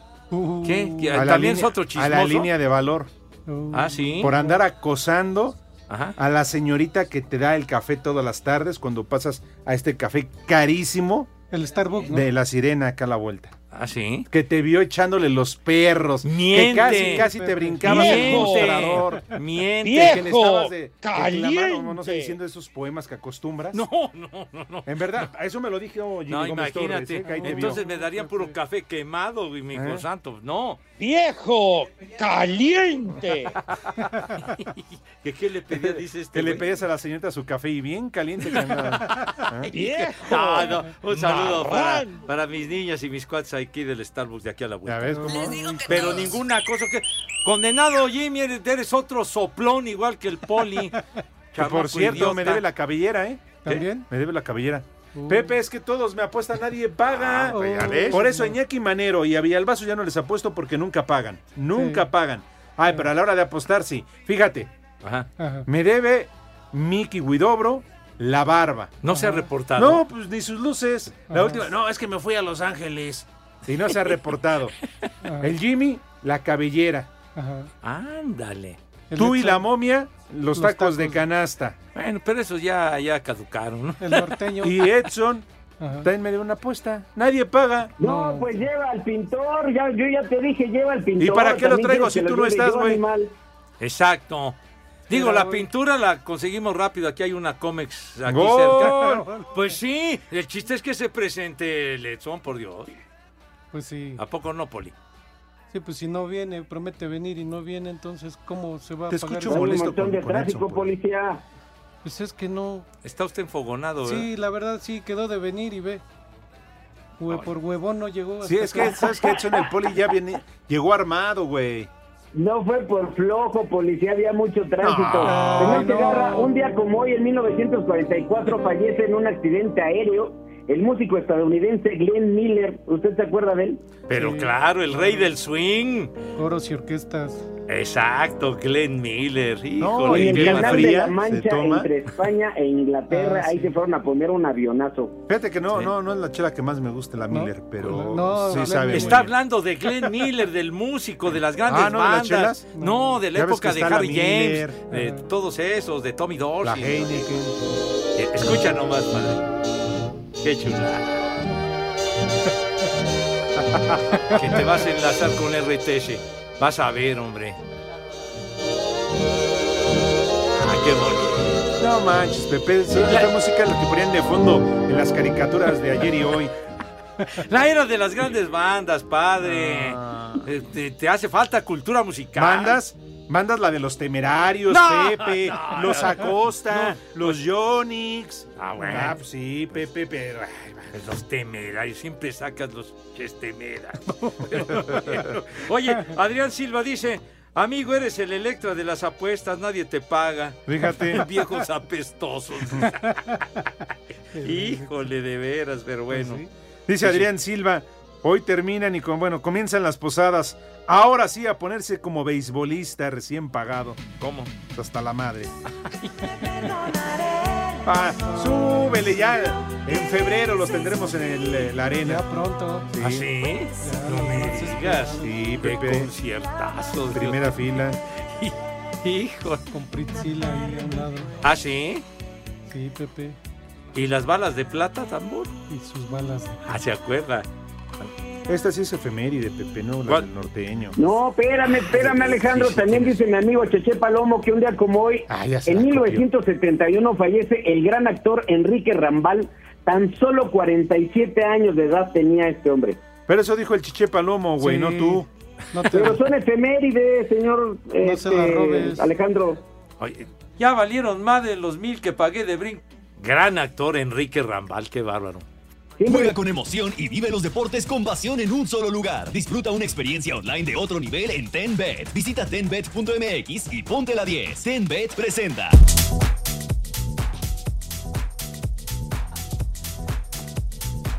S7: ¿Qué? ¿Que
S9: A la
S7: ¿También es
S9: línea-
S7: otro
S9: A
S7: chismoso?
S9: la línea de valor.
S7: Ah, sí.
S9: Por andar acosando
S7: Ajá.
S9: a la señorita que te da el café todas las tardes cuando pasas a este café carísimo.
S1: El Starbucks, ¿no?
S9: De la sirena acá a la vuelta.
S7: Ah, sí.
S9: Que te vio echándole los perros.
S7: Miente.
S9: Que casi, casi te brincabas el
S7: Miente.
S9: mostrador.
S7: Miente.
S9: Que le
S7: Viejo
S9: estabas de- de la mano, no sé,
S7: caliente.
S9: diciendo esos poemas que acostumbras.
S7: No, [laughs] no, no, no.
S9: En verdad, a eso me lo dije oh, Jimmy
S7: No,
S9: Gómez Torres,
S7: imagínate.
S9: eh, que ahí te vio.
S7: Entonces me
S9: [laughs]
S7: darían puro café quemado, y mi hijo
S9: ¿Eh?
S7: santo. No.
S35: ¡Viejo! ¡Caliente!
S7: [laughs] ¿Qué,
S9: ¿Eh?
S7: qué le pedía, dice este?
S9: Que le
S7: güey?
S9: pedías a la señorita su café y bien caliente que andaba. ¿Eh?
S7: No, Ah, no, un saludo para, para mis niñas y mis cuates aquí del Starbucks de aquí a la vuelta.
S9: ves cómo- Les
S7: Pero ninguna cosa que. Condenado Jimmy, eres, eres otro soplón igual que el poli.
S9: [laughs] Que por cierto, me debe la cabellera, ¿eh?
S1: ¿También?
S9: Me debe la cabellera.
S7: Uh.
S9: Ah, pues Pepe, es que todos me apuestan, nadie
S7: Ah,
S9: paga. Por eso a Iñaki Manero y a Villalbazo ya no les apuesto porque nunca pagan. Nunca pagan. Ay, pero a la hora de apostar, sí. Fíjate, me debe Mickey Widobro la barba.
S7: No se ha reportado.
S9: No, pues ni Ah. sus luces. La
S7: Ajá.
S9: última, no, es que me fui a Los Ángeles. Y no se ha
S7: [laughs]
S9: reportado. El Jimmy, la cabellera.
S7: Ándale.
S9: Tú y la momia, los,
S7: Los
S9: tacos,
S7: tacos.
S9: de canasta.
S7: Bueno, pero esos ya, ya caducaron. ¿no? [laughs]
S9: Y Edson está en medio de una apuesta. Nadie paga.
S2: No, pues lleva al pintor. Ya, yo ya te dije, lleva al pintor.
S9: ¿Y para qué lo
S2: También
S9: traigo
S2: quieres
S9: si
S2: que
S9: tú
S2: lo
S9: no
S2: lleve
S9: estás,
S2: yo,
S9: güey?
S2: animal?
S7: Exacto. Digo,
S2: Mira,
S7: la pintura la conseguimos rápido. Aquí hay una cómics aquí
S9: ¡Gol!
S7: cerca. Pues sí, el chiste es que se presente el Edson, por Dios.
S1: Pues sí.
S7: ¿A poco no, Poli?
S1: Sí, pues si no viene, promete venir y no viene, entonces ¿cómo se va a
S9: Te
S1: pagar?
S9: escucho Hay un molesto montón con- de con tráfico, Edson,
S2: policía.
S1: Pues es que no.
S7: Está usted enfogonado,
S1: Sí, la verdad sí quedó de venir y ve. Hue- por huevón no llegó.
S9: Sí,
S1: hasta
S9: es que,
S1: acá.
S9: ¿sabes que Edson el poli ya viene, llegó armado, güey.
S2: No fue por flojo, policía, había mucho tránsito.
S9: No,
S2: Tenías que
S9: no.
S2: agarrar- un día como hoy, en 1944, fallece en un accidente aéreo el músico estadounidense Glenn Miller. ¿Usted se acuerda de él?
S7: Pero claro, el rey del swing.
S1: Coros y orquestas.
S7: Exacto, Glenn Miller.
S2: No,
S7: Híjole,
S2: en el
S7: qué
S2: canal de
S7: fría
S2: la Mancha, entre España e Inglaterra,
S9: Ah,
S2: ahí se fueron a poner un avionazo.
S9: Fíjate que no, no, no es la chela que más me gusta, la Miller, pero
S2: No,
S9: sí
S2: Glenn
S9: sabe.
S7: Está
S9: muy
S7: hablando de Glenn Miller, del músico, de las grandes
S9: Ah, ¿no de las
S7: bandas.
S9: chelas?
S7: No, de la
S9: Ya ves
S7: época
S9: que
S7: de
S9: está la
S7: Harry
S9: Miller.
S7: James, de todos esos, de Tommy Dorsey.
S9: La Heineken.
S7: Eh, Escucha nomás, padre. Qué
S9: [laughs]
S7: chula. que te vas a enlazar con RTS. Vas a ver, hombre. Ah, qué bonito.
S9: bien. No manches, Pepe, sí, esta música es la que ponían de fondo en las caricaturas de ayer y hoy.
S7: [laughs] La era de las grandes bandas, padre.
S9: Ah.
S7: Eh, Te, te hace falta cultura musical.
S9: Bandas, bandas la de los temerarios,
S7: No,
S9: Pepe,
S7: no,
S9: los
S7: no.
S9: Acosta, los Yonix.
S7: Ah, bueno.
S9: Ah, pues sí, Pepe, pero. ay,
S7: Pues Los temerarios, siempre sacas los
S9: [laughs]
S7: ches temeras. Pero bueno. [laughs] Oye, Adrián Silva dice, amigo, eres el Electra de las apuestas, nadie te paga.
S9: Fíjate.
S7: [laughs]
S9: [laughs]
S7: Viejos apestosos. [laughs] Híjole, de veras, pero bueno.
S9: Dice Adrián Silva, Hoy terminan y con, bueno, comienzan las posadas. Ahora sí a ponerse como beisbolista recién pagado. Pues
S7: ¿Cómo?
S9: Hasta la madre. Ah, súbele ya. En febrero los tendremos en el, eh, la arena. Ya
S1: pronto.
S7: ¿Ah, sí? No me digas.
S9: Sí,
S7: Qué
S9: Pepe.
S7: conciertazos, Dios.
S9: Primera fila.
S1: [laughs]
S7: Hijo.
S1: Con Priscila ahí a un lado.
S7: ¿Ah, sí?
S1: Sí, Pepe.
S7: ¿Y las balas de plata, tambor?
S1: Y sus balas.
S7: Ah, se acuerda.
S9: Esta sí es efeméride, Pepe, no la del norteño.
S2: No, espérame, espérame, Alejandro. También dice mi amigo Cheche Palomo que un día como hoy,
S9: Ah,
S2: en 1971, fallece el gran actor Enrique Rambal. Tan solo 47 años de edad tenía este hombre.
S9: Pero eso dijo el Chiche Palomo, güey,
S2: Sí.
S9: no tú.
S2: Pero son efemérides, señor
S9: se la
S2: este,
S9: robes.
S2: Alejandro.
S7: Oye, ya valieron más de los mil que pagué de Brink. Gran actor Enrique Rambal, qué bárbaro.
S5: Juega con emoción y vive los deportes con pasión en un solo lugar. Disfruta una experiencia online de otro nivel en TenBet. Visita tenbet.mx y ponte la 10. TenBet presenta.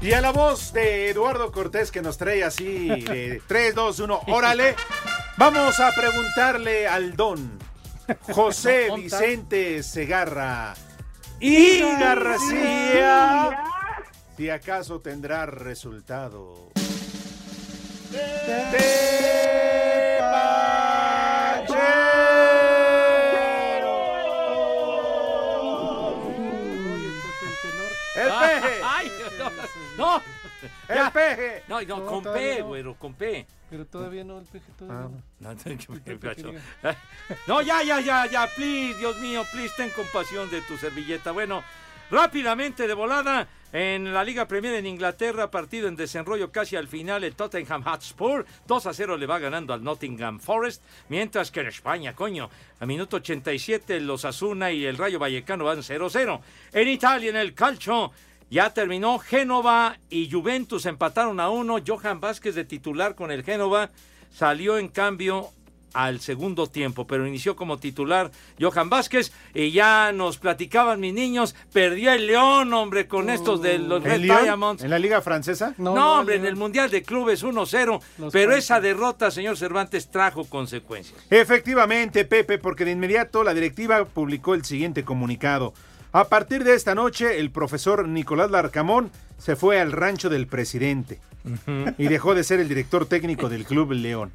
S9: Y a la voz de Eduardo Cortés que nos trae así
S7: [laughs]
S9: de 3, 2, 1, órale. Vamos a preguntarle al don
S7: [laughs]
S9: José Vicente Segarra y García si acaso tendrá resultado.
S7: ¡El peje! Ah, [laughs] ¡Ay! ¡No! ¡No!
S9: ¡El
S7: Ya.
S9: peje!
S7: No, no,
S1: No,
S7: con
S1: todavía
S7: P,
S1: no.
S7: güero, con P.
S1: Pero todavía no, el peje
S9: Ah.
S1: todavía no.
S7: No, [laughs] no,
S1: Pepe,
S7: gacho.
S1: diga.
S7: [laughs] No, ya, ya, ya, ya, please, Dios mío, please, ten compasión de tu servilleta. Bueno, rápidamente de volada, en la Liga Premier en Inglaterra, partido en desenrollo casi al final, el Tottenham Hotspur, 2 a 0 le va ganando al Nottingham Forest, mientras que en España, coño, a minuto 87 los Asuna y el Rayo Vallecano van 0-0. En Italia, en el calcio, ya terminó Génova y Juventus empataron a uno. Johan Vázquez de titular con el Génova salió en cambio al segundo tiempo, pero inició como titular Johan Vázquez y ya nos platicaban mis niños, perdió el León, hombre, con estos de los
S9: ¿En
S7: Red
S9: Lyon?
S7: Pues Diamonds.
S9: ¿En la Liga Francesa?
S7: No, hombre, en el Mundial de Clubes 1-0, pero
S9: Los
S7: esa derrota, señor Cervantes, trajo consecuencias.
S9: Efectivamente, Pepe, porque de inmediato la directiva publicó el siguiente comunicado. A partir de esta noche, el profesor Nicolás Larcamón se fue al rancho del presidente y dejó de ser el director técnico del Club León.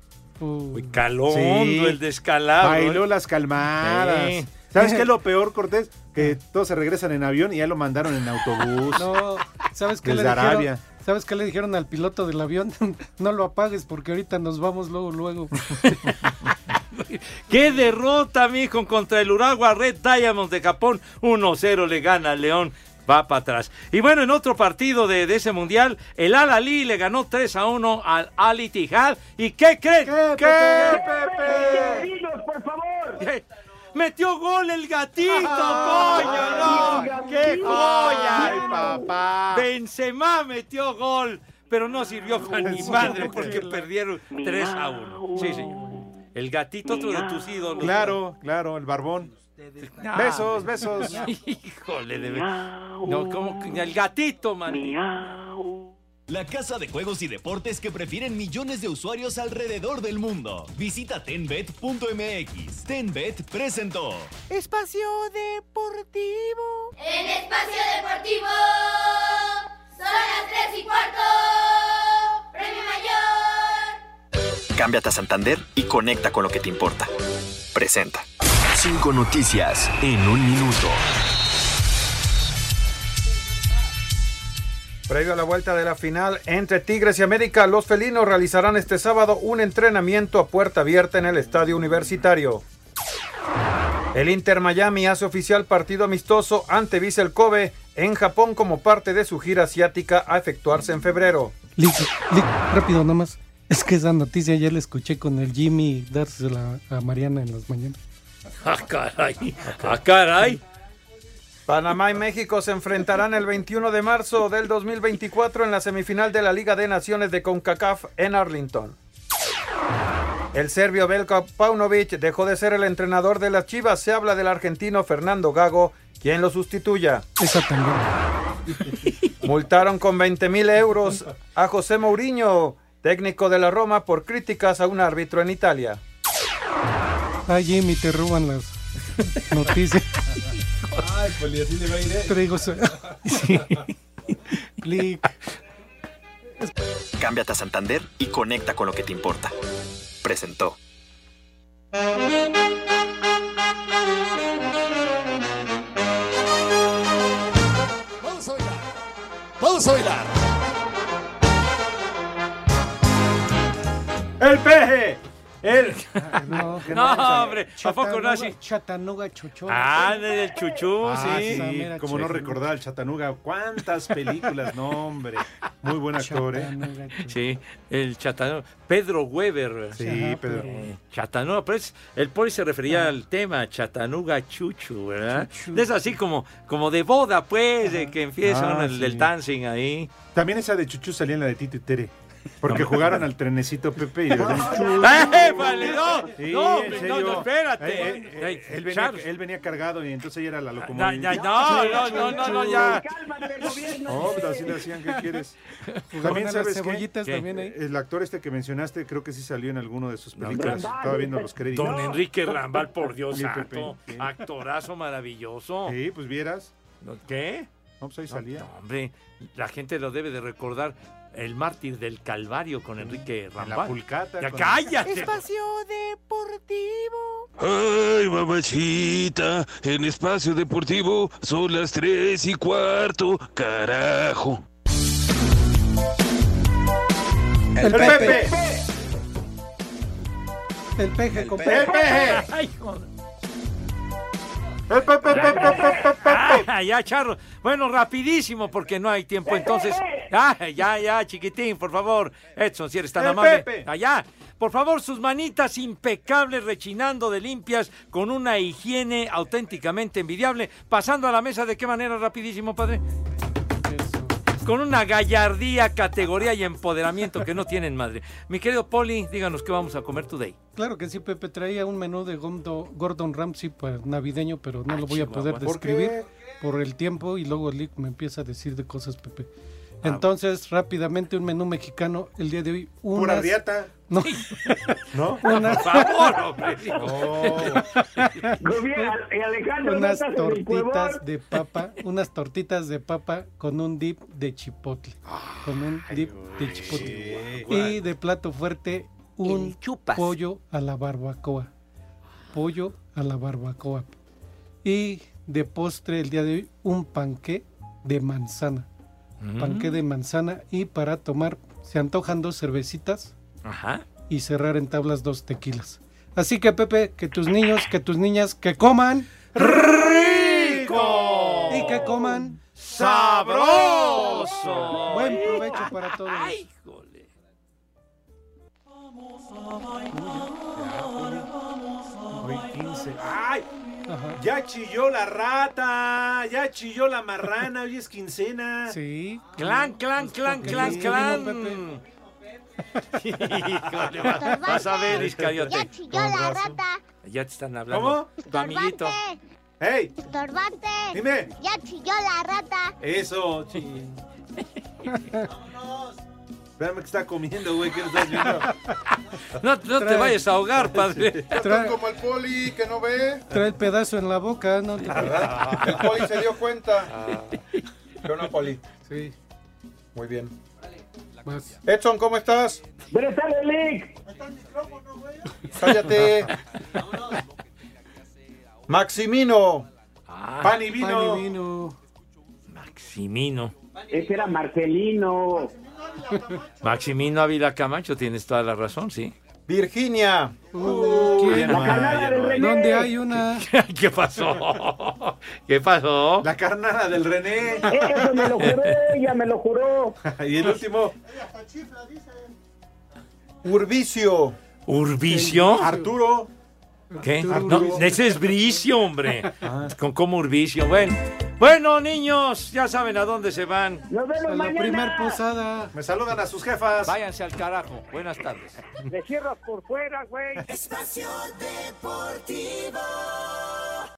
S7: Calón,
S9: Sí.
S7: el descalabro. ¿eh?
S9: Bailó las calmadas.
S7: Sí.
S9: ¿Sabes qué es lo peor, Cortés? Que todos se regresan en avión y ya lo mandaron en
S7: [laughs]
S9: autobús.
S1: No, ¿sabes qué
S9: Desde
S1: le dijeron?
S9: Arabia.
S1: ¿Sabes qué le dijeron al piloto del avión? [laughs] no lo apagues porque ahorita nos vamos luego, luego.
S7: ¡Qué derrota, mijo! Contra el Urawa Red Diamonds de Japón. 1-0 le gana al León. Va para atrás. Y bueno, en otro partido de, de ese mundial, el Al Ali le ganó 3 a 1 al Al Ittihad. ¿Y qué creen? ¿Qué,
S2: por favor!
S7: Metió gol el gatito,
S2: Ah,
S7: coño, no.
S2: el
S7: ¡Qué
S2: gatito.
S7: joya!
S2: Ay,
S7: papá! Benzema metió gol, pero no sirvió para ni madre porque perdieron 3 a 1. Sí, señor. El gatito, otro de tus ídolos.
S9: Claro, claro, el barbón.
S7: No.
S9: Besos, besos.
S7: [laughs] Híjole, de ver- No, como que- el gatito, man.
S5: La casa de juegos y deportes que prefieren millones de usuarios alrededor del mundo. Visita tenbet.mx. Tenbet presentó.
S28: Espacio Deportivo.
S14: En Espacio Deportivo son las 3 y cuarto. Premio Mayor.
S16: Cámbiate a Santander y conecta con lo que te importa. Presenta. Cinco noticias en un minuto.
S25: Previo a la vuelta de la final entre Tigres y América, los felinos realizarán este sábado un entrenamiento a puerta abierta en el estadio universitario. El Inter Miami hace oficial partido amistoso ante Vissel Kobe en Japón como parte de su gira asiática a efectuarse en febrero.
S1: Lick, lick, rápido nomás. Es que esa noticia ya la escuché con el Jimmy dársela a Mariana en las mañanas.
S7: [laughs] ¡Ah, caray! ¡Ah, caray!
S25: Panamá y México se enfrentarán el 21 de marzo del 2024 en la semifinal de la Liga de Naciones de CONCACAF en Arlington. El serbio Belko Paunovic dejó de ser el entrenador de las Chivas. Se habla del argentino Fernando Gago, quien lo sustituya.
S1: Esa también.
S25: Multaron con 20 mil euros a José Mourinho, técnico de la Roma, por críticas a un árbitro en Italia.
S1: Ah, Jimmy, te roban las noticias.
S9: Ay, pues así le va a ir.
S1: Traigo su... [laughs] Sí. Clic.
S16: Cámbiate a Santander y conecta con lo que te importa. Presentó.
S3: Vamos a bailar. Vamos a bailar.
S9: ¡El peje! ¡El!
S1: No,
S7: No, hombre, ¿a poco no así?
S1: Chatanuga Chuchón.
S7: Ah, del chuchú,
S9: Ah,
S7: sí.
S9: sí, como no recordar al Chatanuga, cuántas películas, no hombre. Muy buen actor, ¿eh?
S7: Sí, el Chatanuga. Pedro Weber.
S9: Sí, Ajá, Pedro. Pedro.
S7: Eh, Chatanuga, pero es- el poli se refería al tema Chatanuga Chuchu, ¿verdad?
S9: Chuchu.
S7: Es así como, como de boda, pues, de que empiezan
S9: Ah,
S7: el
S9: sí.
S7: del dancing ahí.
S9: También esa de Chuchu salía en la de Tito y Tere. Porque jugaron al trenecito Pepe
S7: [laughs]
S9: y le decían, "Chu".
S7: ¡Eh, vale, no!
S9: Sí,
S7: no,
S9: en
S7: hombre, no,
S9: serio.
S7: no, espérate.
S9: Eh, eh, eh,
S7: Ay,
S9: él, venía,
S7: Charles.
S9: él venía cargado y entonces ella era la
S7: Ya,
S9: locomotora.
S7: ya, no, no, no, no, no, ya.
S9: No, pues así le hacían, ¿qué quieres?
S1: Jugaban
S9: También
S1: a las
S9: sabes qué?
S1: cebollitas
S9: ¿Qué?
S1: también ahí.
S9: El actor este que mencionaste creo que sí salió en alguno de sus
S7: No,
S9: películas.
S7: hombre.
S9: Estaba viendo los créditos.
S7: Don Enrique Rambal, por Dios
S9: Sí,
S7: santo.
S9: Pepe, sí.
S7: Actorazo maravilloso.
S9: Sí, pues vieras.
S7: ¿Qué?
S9: No, pues ahí
S7: No,
S9: salía.
S7: no, hombre, la gente lo debe de recordar. El mártir del Calvario con Enrique Rambal.
S9: la pulcata
S7: Ya
S9: con-
S7: cállate.
S28: Espacio Deportivo.
S29: Ay, mamachita, en espacio deportivo son las tres y cuarto, carajo.
S9: ¡El Pepe!
S1: El peje, con
S9: peje.
S7: Ay, joder.
S9: ¡El Pepe, Pepe, Pepe!
S7: [laughs] Ah, ya, Charro. Bueno, rapidísimo, porque no hay tiempo. Entonces, ah, ya, ya, chiquitín, por favor. Edson, si eres tan
S17: El
S7: amable.
S17: Pepe.
S7: Allá. Por favor, sus manitas impecables, rechinando de limpias, con una higiene auténticamente envidiable. Pasando a la mesa, ¿de qué manera? Rapidísimo, padre. Con una gallardía, categoría y empoderamiento que no tienen madre. Mi querido Poli, díganos qué vamos a comer today.
S1: Claro que sí, Pepe traía un menú de Gondo- Gordon Ramsay para navideño, pero no lo voy a poder
S7: Chihuahua. ¿Por qué?
S1: describir por el tiempo y luego Lick me empieza a decir de cosas, Pepe. Entonces, rápidamente, un menú mexicano el día de hoy. Unas...
S9: Pura riata.
S1: No.
S9: ¿No?
S1: Unas...
S9: Por favor, hombre.
S2: eh, Alejandro, ¿no
S1: unas
S2: estás en el
S1: tortitas
S2: cuevón?
S1: de papa, unas tortitas de papa con un dip de chipotle. Con un dip de chipotle.
S2: güey.
S1: Y de plato fuerte, un pollo a la barbacoa. Pollo a la barbacoa. Y de postre el día de hoy, un panqué de manzana.
S7: Mm.
S1: Panqué de manzana. Y para tomar, se antojan dos cervecitas
S7: Ajá.
S1: y cerrar en tablas dos tequilas. Así que Pepe, que tus niños, que tus niñas, que coman rico y que coman
S7: sabroso.
S1: Buen provecho para todos.
S9: Hoy 15. ¡Ay! Ya chilló la rata, ya chilló la marrana, hoy es quincena.
S1: Sí.
S7: Clan, clan, clan,
S9: Pues, porque
S7: clan,
S9: sí,
S7: clan.
S9: ¿no,
S7: [laughs] Híjole, va- vas a ver, Iscariote.
S36: Ya chilló la rata.
S7: Ya te están hablando.
S36: ¿Cómo?
S7: Tu amiguito.
S9: ¡Ey!
S36: Estorbante.
S9: Dime.
S36: Ya chilló la rata.
S9: Eso, chi. Espérame que está comiendo, güey, que no estás viendo.
S7: [laughs] No, no te
S1: Trae-
S7: vayas a ahogar, padre.
S1: Trae,
S3: Como el poli que no ve,
S1: trae el pedazo en [laughs] la boca,
S3: [laughs]
S25: [laughs]
S1: ¿no?
S3: el poli se dio cuenta.
S25: Yo no, Poli.
S1: Sí.
S25: Muy bien.
S1: Vas.
S25: Edson, ¿cómo estás?
S2: ¡Pero sale Lick!
S25: Cállate. Maximino.
S9: Ah,
S7: Pan
S25: y
S2: Ah, vino.
S7: Maximino.
S2: Ese era Marcelino.
S7: Maximino Ávila Camacho, tienes toda la razón, sí.
S25: Virginia.
S9: Uh.
S7: ¿quién? La carnada del René.
S1: ¿Dónde hay una?
S7: [laughs] ¿Qué pasó? ¿Qué pasó?
S9: La carnada del René.
S2: Eso me lo juró, ella me lo juró.
S9: [laughs] y el último.
S25: Urbicio.
S7: ¿Urbicio?
S25: Arturo.
S7: ¿Qué? Ah, No, ese es Bricio, hombre. Con como Urbicio. Bueno. Bueno, niños, ya saben a dónde se van.
S2: Nos vemos mañana.
S1: posada.
S9: Me saludan a sus jefas.
S7: Váyanse al carajo. Buenas tardes.
S2: Le cierras por fuera, güey.
S37: Espacio Deportivo.